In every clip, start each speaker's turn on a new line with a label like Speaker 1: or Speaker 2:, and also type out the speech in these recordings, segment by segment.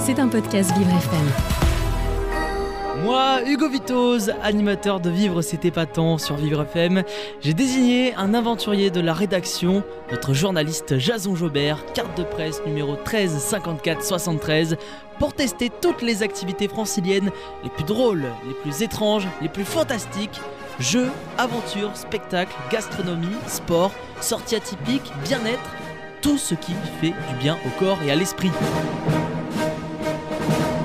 Speaker 1: C'est un podcast Vivre FM.
Speaker 2: Moi, Hugo Vitoz, animateur de Vivre c'est épatant sur Vivre FM, j'ai désigné un aventurier de la rédaction, notre journaliste Jason Jobert, carte de presse numéro 13 54 73, pour tester toutes les activités franciliennes les plus drôles, les plus étranges, les plus fantastiques jeux, aventures, spectacles, gastronomie, sport, sorties atypiques, bien-être, tout ce qui fait du bien au corps et à l'esprit.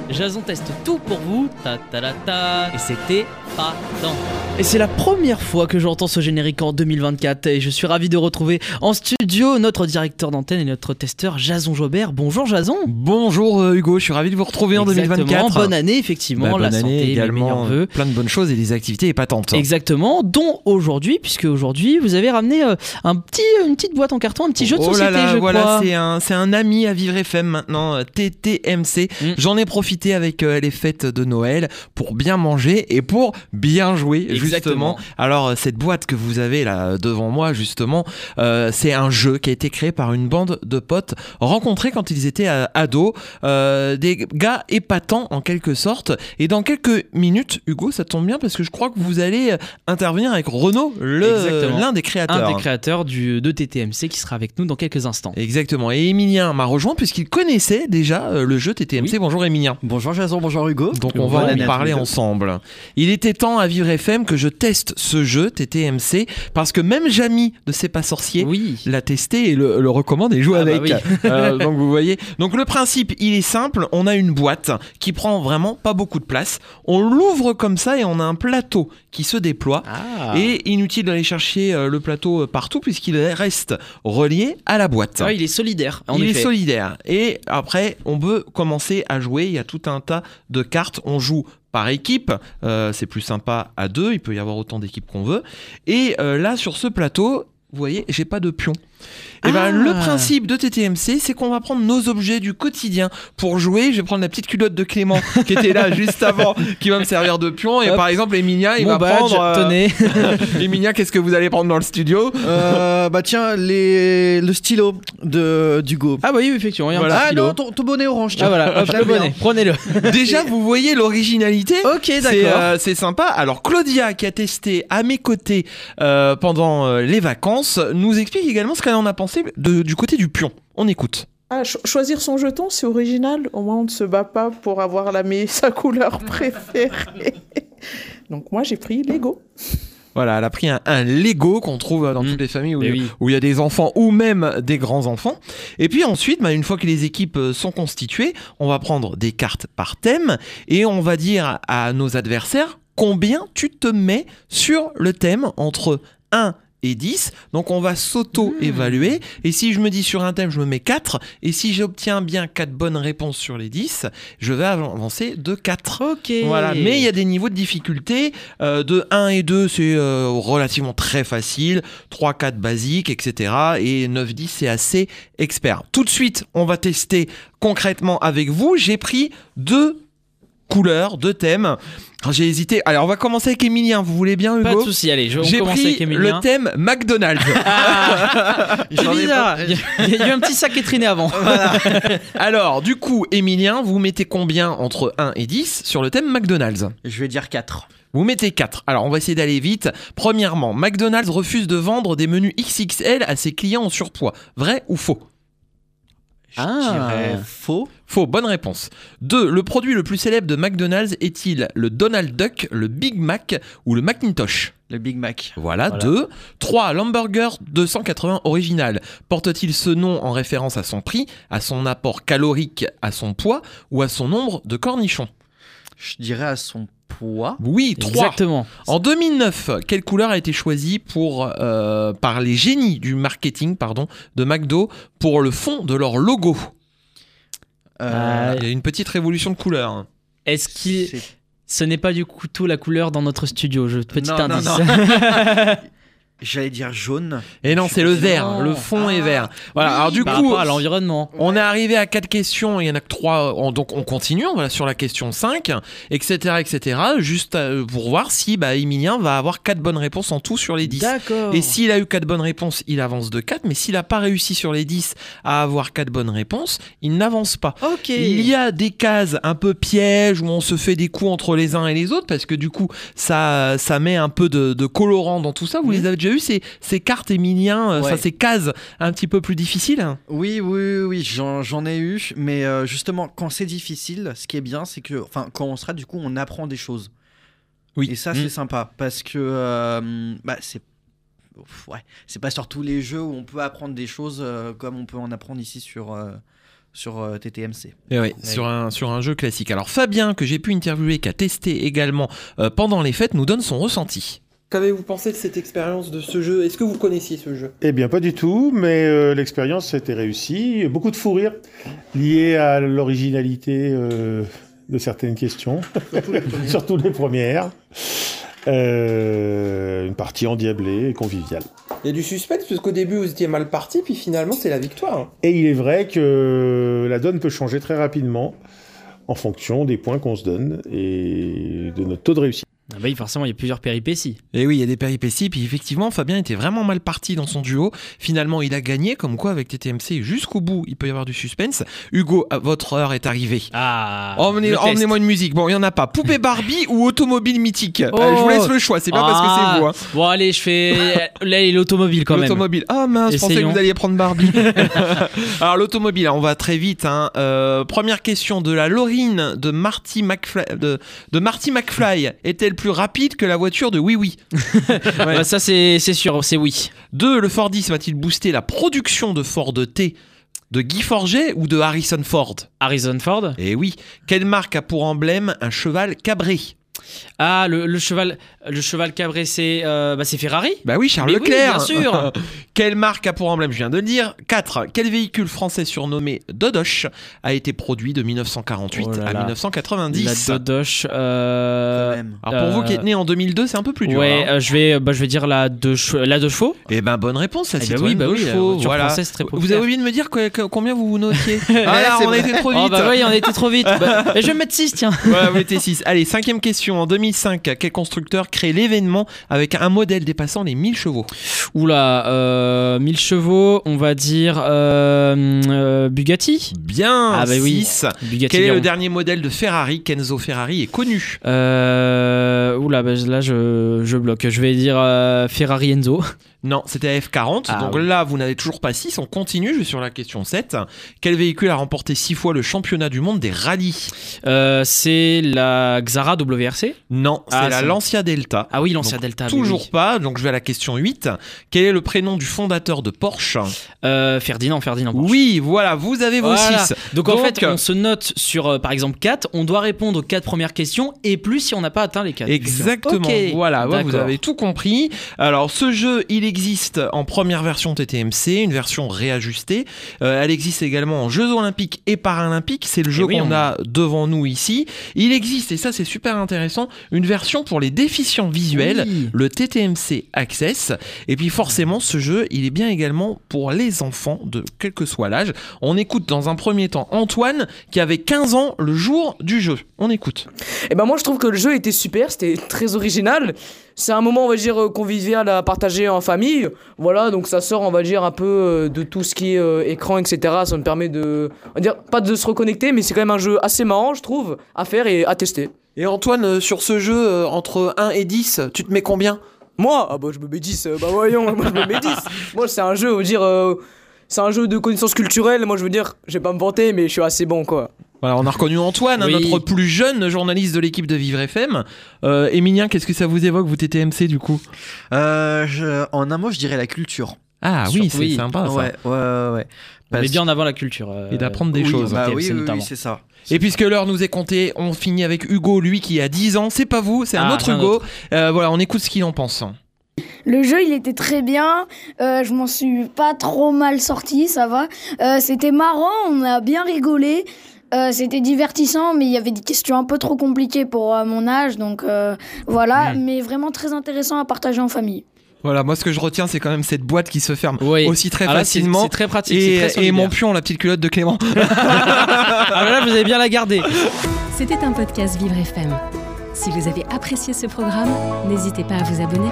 Speaker 2: Jason teste tout pour vous. Ta ta ta ta. Et c'était pas tant. Et c'est la première fois que j'entends ce générique en 2024 et je suis ravi de retrouver en studio notre directeur d'antenne et notre testeur Jason Jobert. Bonjour Jason.
Speaker 3: Bonjour euh, Hugo, je suis ravi de vous retrouver
Speaker 2: Exactement.
Speaker 3: en 2024.
Speaker 2: Bonne année effectivement,
Speaker 3: Bah, bonne
Speaker 2: la
Speaker 3: année
Speaker 2: santé, les meilleurs
Speaker 3: également, euh,
Speaker 2: vœux.
Speaker 3: plein de bonnes choses et des activités épatantes.
Speaker 2: Exactement, dont aujourd'hui, puisque aujourd'hui vous avez ramené euh, un petit, une petite boîte en carton, un petit jeu de
Speaker 3: oh
Speaker 2: société,
Speaker 3: là là,
Speaker 2: je
Speaker 3: voilà,
Speaker 2: crois.
Speaker 3: c'est un, c'est un ami à Vivre FM maintenant, euh, TTMC.
Speaker 2: Mm.
Speaker 3: J'en ai profité avec euh, les fêtes de Noël pour bien manger et pour bien jouer,
Speaker 2: Exactement.
Speaker 3: justement. Alors, euh, cette boîte que vous avez là euh, devant moi, justement, euh, c'est un jeu qui a été créé par une bande de potes rencontrés quand ils étaient euh, ados, euh, des gars épatants en quelque sorte. Et dans quelques minutes, Hugo, ça tombe bien parce que je crois que vous allez euh, intervenir avec Renaud, le-
Speaker 2: Exactement.
Speaker 3: l'un des créateurs.
Speaker 2: Un des créateurs du, de TTMC qui sera avec nous dans quelques instants.
Speaker 3: Exactement. Et Emilien m'a rejoint puisqu'il connaissait déjà euh, le jeu TTMC.
Speaker 2: Oui.
Speaker 3: Bonjour Emilien.
Speaker 4: Bonjour Jason, bonjour Hugo.
Speaker 3: Donc on
Speaker 2: Bonne
Speaker 3: va
Speaker 2: année à
Speaker 3: en parler
Speaker 4: tous les deux.
Speaker 3: ensemble. Il était temps à Vivre FM que je teste ce jeu TTMC parce que même Jamy de C'est pas sorcier
Speaker 2: Oui.
Speaker 3: l'a testé et le, le recommande et joue
Speaker 2: Ah bah
Speaker 3: avec.
Speaker 2: oui.
Speaker 3: Euh, donc vous voyez. Donc le principe, il est simple. On a une boîte qui prend vraiment pas beaucoup de place. On l'ouvre comme ça et on a un plateau qui se déploie.
Speaker 2: Ah.
Speaker 3: Et inutile d'aller chercher euh, le plateau euh, partout puisqu'il reste relié à la boîte
Speaker 2: Ah, il est solidaire, en
Speaker 3: il
Speaker 2: effet.
Speaker 3: est solidaire. Et après, on peut commencer à jouer. Il y a tout un tas de cartes. On joue par équipe. Euh, c'est plus sympa à deux. Il peut y avoir autant d'équipes qu'on veut. Et euh, là, sur ce plateau, vous voyez, j'ai pas de pion. Et ben,
Speaker 2: Ah.
Speaker 3: le principe de TTMC, c'est qu'on va prendre nos objets du quotidien pour jouer. Je vais prendre la petite culotte de Clément qui était là juste avant, qui va me servir de pion. Et
Speaker 2: Hop.
Speaker 3: par exemple, Emilia, il
Speaker 2: Mon
Speaker 3: va
Speaker 2: badge,
Speaker 3: prendre. euh,
Speaker 2: tenez.
Speaker 3: Emilia, qu'est-ce que vous allez prendre dans le studio
Speaker 4: Euh, bah tiens, les... le stylo de d'Hugo.
Speaker 2: Ah bah oui, effectivement, il y a un
Speaker 4: ah
Speaker 2: petit stylo.
Speaker 4: non, ton, ton bonnet orange. tiens.
Speaker 2: Ah voilà, hop,
Speaker 4: Je
Speaker 2: le
Speaker 4: l'aime bien.
Speaker 2: bonnet, prenez-le.
Speaker 3: Déjà, vous voyez l'originalité.
Speaker 2: Ok,
Speaker 3: C'est euh, c'est sympa. Alors Claudia qui a testé à mes côtés euh, pendant euh, les vacances nous explique également ce qu'elle en a pensé de- du côté du pion. On écoute.
Speaker 5: Ah, cho- choisir son jeton, c'est original. Au moins, on ne se bat pas pour avoir la me- sa couleur préférée. Donc, moi, j'ai pris Lego.
Speaker 3: Voilà, elle a pris un, un Lego qu'on trouve euh, dans
Speaker 2: Mm.
Speaker 3: toutes les familles où,
Speaker 2: Eh
Speaker 3: il-
Speaker 2: oui.
Speaker 3: où il y a des enfants ou même des grands-enfants. Et puis ensuite, bah, une fois que les équipes euh, sont constituées, on va prendre des cartes par thème et on va dire à nos adversaires combien tu te mets sur le thème entre 1 et 10. Donc on va s'auto-évaluer. Et si je me dis sur un thème, je me mets 4. Et si j'obtiens bien 4 bonnes réponses sur les 10, je vais avancer de 4.
Speaker 2: Ok.
Speaker 3: Voilà, mais il y a des niveaux de difficulté. Euh, de 1 et 2, c'est euh, relativement très facile. 3, 4, basique, etc. Et 9, 10, c'est assez expert. Tout de suite, on va tester concrètement avec vous. J'ai pris deux couleurs, deux thèmes. Ah, J'ai hésité. Alors, on va commencer avec Emilien. Vous voulez bien,
Speaker 2: Pas de
Speaker 3: Hugo
Speaker 2: soucis, allez, je, on
Speaker 3: J'ai
Speaker 2: commence
Speaker 3: pris
Speaker 2: avec hein. Emilien.
Speaker 3: le thème McDonald's.
Speaker 2: C'est
Speaker 4: J'en ai
Speaker 2: bizarre.
Speaker 4: pas-
Speaker 2: Il y a- il y a eu un petit sac étriné avant.
Speaker 3: Alors, du coup, Emilien, vous mettez combien entre 1 et 10 sur le thème McDonald's
Speaker 4: Je vais dire 4.
Speaker 3: Vous mettez 4. Alors, on va essayer d'aller vite. Premièrement, McDonald's refuse de vendre des menus XXL à ses clients en surpoids. Vrai ou faux
Speaker 4: Je
Speaker 2: Ah.
Speaker 4: dirais faux.
Speaker 3: Faux, bonne réponse. 2. Le produit le plus célèbre de McDonald's est-il le Donald Duck, le Big Mac ou le Macintosh
Speaker 4: Le Big Mac.
Speaker 3: Voilà, 2. 3. L'hamburger 280 original porte-t-il ce nom en référence à son prix, à son apport calorique, à son poids ou à son nombre de cornichons
Speaker 4: Je dirais à son poids.
Speaker 3: Oui, 3.
Speaker 2: Exactement.
Speaker 3: En 2009, quelle couleur a été choisie pour, euh, par les génies du marketing pardon, de McDo pour le fond de leur logo
Speaker 2: Ah.
Speaker 4: Euh,
Speaker 3: Il y a une petite révolution de couleurs. hein.
Speaker 2: Est-ce qu'il.
Speaker 4: c'est-
Speaker 2: Ce n'est pas du couteau la couleur dans notre studio, je... petit
Speaker 4: Non, non,
Speaker 2: indice.
Speaker 4: non. J'allais dire jaune.
Speaker 3: Et non, c'est le vert. Le fond est vert. Voilà. Alors du
Speaker 2: Ah. Par
Speaker 3: coup,
Speaker 2: rapport à l'environnement.
Speaker 3: on est arrivé à quatre questions. Il y en a que trois. On- donc on continue. On va sur la question 5, etc., etc. Juste euh, pour voir si bah, Emilien va avoir quatre bonnes réponses en tout sur les 10.
Speaker 2: D'accord.
Speaker 3: Et s'il a eu quatre bonnes réponses, il avance de 4. Mais s'il n'a pas réussi sur les 10 à avoir quatre bonnes réponses, il n'avance pas.
Speaker 2: Ok.
Speaker 3: Il y a des cases un peu pièges où on se fait des coups entre les uns et les autres parce que du coup ça ça met un peu de, de colorant dans tout ça. Vous les avez déjà eu ces, ces cartes Émilien, euh,
Speaker 4: Ouais.
Speaker 3: enfin, ces cases un petit peu plus difficiles. hein
Speaker 4: Oui, oui, oui, oui, j'en j'en ai eu, mais euh, justement, quand c'est difficile, ce qui est bien, c'est que, enfin, quand on sera, du coup, on apprend des choses.
Speaker 3: Oui.
Speaker 4: Et ça,
Speaker 3: Mm.
Speaker 4: c'est sympa, parce que, euh, bah, c'est, Ouf, ouais, c'est pas sur tous les jeux où on peut apprendre des choses euh, comme on peut en apprendre ici sur euh, sur euh, TTMC.
Speaker 3: Et ouais, Sur un sur un jeu classique. Alors Fabien que j'ai pu interviewer qui a testé également euh, pendant les fêtes nous donne son ressenti.
Speaker 6: Qu'avez-vous pensé de cette expérience de ce jeu Est-ce que vous connaissiez ce jeu
Speaker 7: Eh bien, pas du tout, mais euh, l'expérience était réussie. Beaucoup de fou rire lié à l'originalité euh, de certaines questions, surtout les premières. Euh, une partie endiablée et conviviale.
Speaker 6: Il y a du suspense parce qu'au début vous étiez mal parti, puis finalement c'est la victoire. hein.
Speaker 7: Et il est vrai que la donne peut changer très rapidement en fonction des points qu'on se donne et de notre taux de réussite.
Speaker 2: Ah bah oui, forcément, il y a plusieurs péripéties.
Speaker 3: Et Eh oui, il y a des péripéties puis effectivement Fabien était vraiment mal parti dans son duo. Finalement, il a gagné comme quoi avec TTMC jusqu'au bout, il peut y avoir du suspense. Hugo, à votre heure est arrivée.
Speaker 2: Ah.
Speaker 3: Oh, Emmenez-
Speaker 2: le test.
Speaker 3: Emmenez-moi une musique. Bon, il n'y en a pas. Poupée Barbie ou automobile mythique
Speaker 2: Oh.
Speaker 3: Allez, Je vous laisse le choix, c'est pas parce que c'est vous. hein.
Speaker 2: Ah. Bon, allez, je fais. Là, il est automobile quand même.
Speaker 3: L'automobile. Ah mince, je pensais que
Speaker 2: Essayons.
Speaker 3: vous alliez prendre Barbie. Alors, l'automobile, on va très vite. hein. Euh, première question de la Laurine de Marty McFly. De, de Marty McFly est-elle plus rapide que la voiture de Oui Oui
Speaker 2: Ah bah ça, c'est c'est sûr, c'est oui.
Speaker 3: 2. Le Fordisme a-t-il boosté la production de Ford T de Guy Forget ou de Harrison Ford
Speaker 2: Harrison Ford.
Speaker 3: Eh oui. Quelle marque a pour emblème un cheval cabré
Speaker 2: Ah, le, le cheval, le cheval cabré, c'est euh, bah, c'est Ferrari.
Speaker 3: Bah oui, Charles
Speaker 2: Mais oui,
Speaker 3: Leclerc.
Speaker 2: bien sûr.
Speaker 3: Quelle marque a pour emblème, je viens de le dire 4. Quel véhicule français surnommé Dodoche a été produit de 1948
Speaker 2: Oh là
Speaker 3: à
Speaker 2: là. La
Speaker 3: 1990
Speaker 2: Dodoche. euh,
Speaker 4: Quand même.
Speaker 3: Alors pour
Speaker 2: Euh,
Speaker 3: vous qui êtes né en 2002, c'est un peu plus dur.
Speaker 2: ouais,
Speaker 3: hein.
Speaker 2: euh, je vais, bah, je vais dire la deux, chevaux- la deux chevaux.
Speaker 3: Eh ben bonne réponse, la
Speaker 2: Eh bah
Speaker 3: citoyenne
Speaker 2: oui, bah oui, la
Speaker 3: Dochevaux,
Speaker 2: voiture
Speaker 3: voilà.
Speaker 2: française très
Speaker 3: Vous
Speaker 2: populaire.
Speaker 3: avez oublié de me dire que- que- combien vous vous notiez Ah là,
Speaker 4: c'est
Speaker 3: on a été trop vite.
Speaker 2: Oh bah oui, on était trop vite. Bah, mais je vais me mettre 6 tiens.
Speaker 3: Voilà, vous étiez 6. Allez, cinquième question. En 2005, quel constructeur crée l'événement avec un modèle dépassant les 1000 chevaux
Speaker 2: Oula, euh, 1000 chevaux, on va dire euh, euh, Bugatti.
Speaker 3: Bien,
Speaker 2: Ah bah oui.
Speaker 3: 6.
Speaker 2: Bugatti.
Speaker 3: Quel est
Speaker 2: Veyron.
Speaker 3: le dernier modèle de Ferrari Kenzo Ferrari est connu.
Speaker 2: Euh, oula, bah, là je, je bloque. Je vais dire euh, Ferrari Enzo.
Speaker 3: Non, c'était F40.
Speaker 2: Ah,
Speaker 3: donc
Speaker 2: oui.
Speaker 3: là, vous n'avez toujours pas 6. On continue, je suis sur la question 7. Quel véhicule a remporté 6 fois le championnat du monde des rallyes
Speaker 2: Euh, c'est la Xara WRC.
Speaker 3: Non, c'est
Speaker 2: Ah,
Speaker 3: la
Speaker 2: c'est-
Speaker 3: Lancia Delta.
Speaker 2: Ah oui, l'ancien
Speaker 3: Donc,
Speaker 2: Delta. mais
Speaker 3: toujours
Speaker 2: oui.
Speaker 3: pas. Donc je vais à la question 8. Quel est le prénom du fondateur de Porsche
Speaker 2: Euh, Ferdinand, Ferdinand. Porsche.
Speaker 3: Oui, voilà, vous avez vos 6.
Speaker 2: Voilà. Donc, en
Speaker 3: Donc,
Speaker 2: fait,
Speaker 3: euh,
Speaker 2: on se note sur euh, par exemple 4, on doit répondre aux 4 premières questions et plus si on n'a pas atteint les 4.
Speaker 3: Exactement. Voilà, ouais, vous avez tout compris. Alors, ce jeu, il existe en première version TTMC, une version réajustée. Euh, elle existe également en Jeux Olympiques et Paralympiques. C'est le jeu
Speaker 2: Eh oui,
Speaker 3: qu'on
Speaker 2: on-
Speaker 3: a devant nous ici. Il existe, et ça, c'est super intéressant, une version pour les déficients visuels. Le TTMC Access. Et puis forcément, ce jeu, il est bien également pour les enfants de quel que soit l'âge. On écoute dans un premier temps Antoine, qui avait 15 ans le jour du jeu. On écoute.
Speaker 8: Et ben moi je trouve que le jeu était super, c'était très original. C'est un moment on va dire euh, convivial à partager en famille. Voilà donc ça sort on va dire un peu euh, de tout ce qui est euh, écran etc. Ça me permet de on va dire pas de se reconnecter mais c'est quand même un jeu assez marrant je trouve à faire et à tester.
Speaker 6: Et Antoine, euh, sur ce jeu, euh, entre 1 et 10, tu te mets combien
Speaker 8: Moi ah bah je me mets 10 euh, bah voyons moi je me mets 10. Moi c'est un jeu on va dire euh, c'est un jeu de connaissances culturelles moi je veux dire je vais pas me vanter mais je suis assez bon quoi.
Speaker 3: Voilà, on a reconnu Antoine, hein,
Speaker 2: Oui.
Speaker 3: notre plus jeune journaliste de l'équipe de Vivre FM. Euh, Émilien, qu'est-ce que ça vous évoque, vous TTMC, du coup
Speaker 4: Euh, je- en un mot, je dirais la culture.
Speaker 3: Ah
Speaker 2: Surtout,
Speaker 3: oui, c'est
Speaker 2: oui.
Speaker 3: sympa, ça.
Speaker 4: ouais, ouais, ouais, ouais.
Speaker 2: Mais
Speaker 4: Parce-
Speaker 2: bien en avant la culture. euh,
Speaker 3: Et d'apprendre des
Speaker 4: Oui,
Speaker 3: choses.
Speaker 4: bah
Speaker 2: TMC
Speaker 4: oui, oui, oui,
Speaker 2: notamment.
Speaker 4: c'est ça.
Speaker 3: Et puisque l'heure nous est comptée, on finit avec Hugo, lui qui a 10 ans. C'est pas vous, c'est un
Speaker 2: Ah,
Speaker 3: autre
Speaker 2: c'est un
Speaker 3: Hugo. Euh, voilà, on écoute ce qu'il en pense.
Speaker 9: Le jeu, il était très bien. Euh, je m'en suis pas trop mal sorti, ça va. Euh, c'était marrant, on a bien rigolé. Euh, c'était divertissant, mais il y avait des questions un peu trop compliquées pour euh, mon âge, donc euh, voilà. Mais vraiment très intéressant à partager en famille.
Speaker 3: Voilà, moi ce que je retiens, c'est quand même cette boîte qui se ferme
Speaker 2: Oui.
Speaker 3: aussi très
Speaker 2: Ah là, c'est-
Speaker 3: facilement.
Speaker 2: C'est très pratique. c'est
Speaker 3: Et,
Speaker 2: très
Speaker 3: et
Speaker 2: solidaire.
Speaker 3: mon pion, la petite culotte de Clément.
Speaker 2: Ah mais là, vous avez bien la gardée.
Speaker 1: C'était un podcast Vivre FM. Si vous avez apprécié ce programme, n'hésitez pas à vous abonner.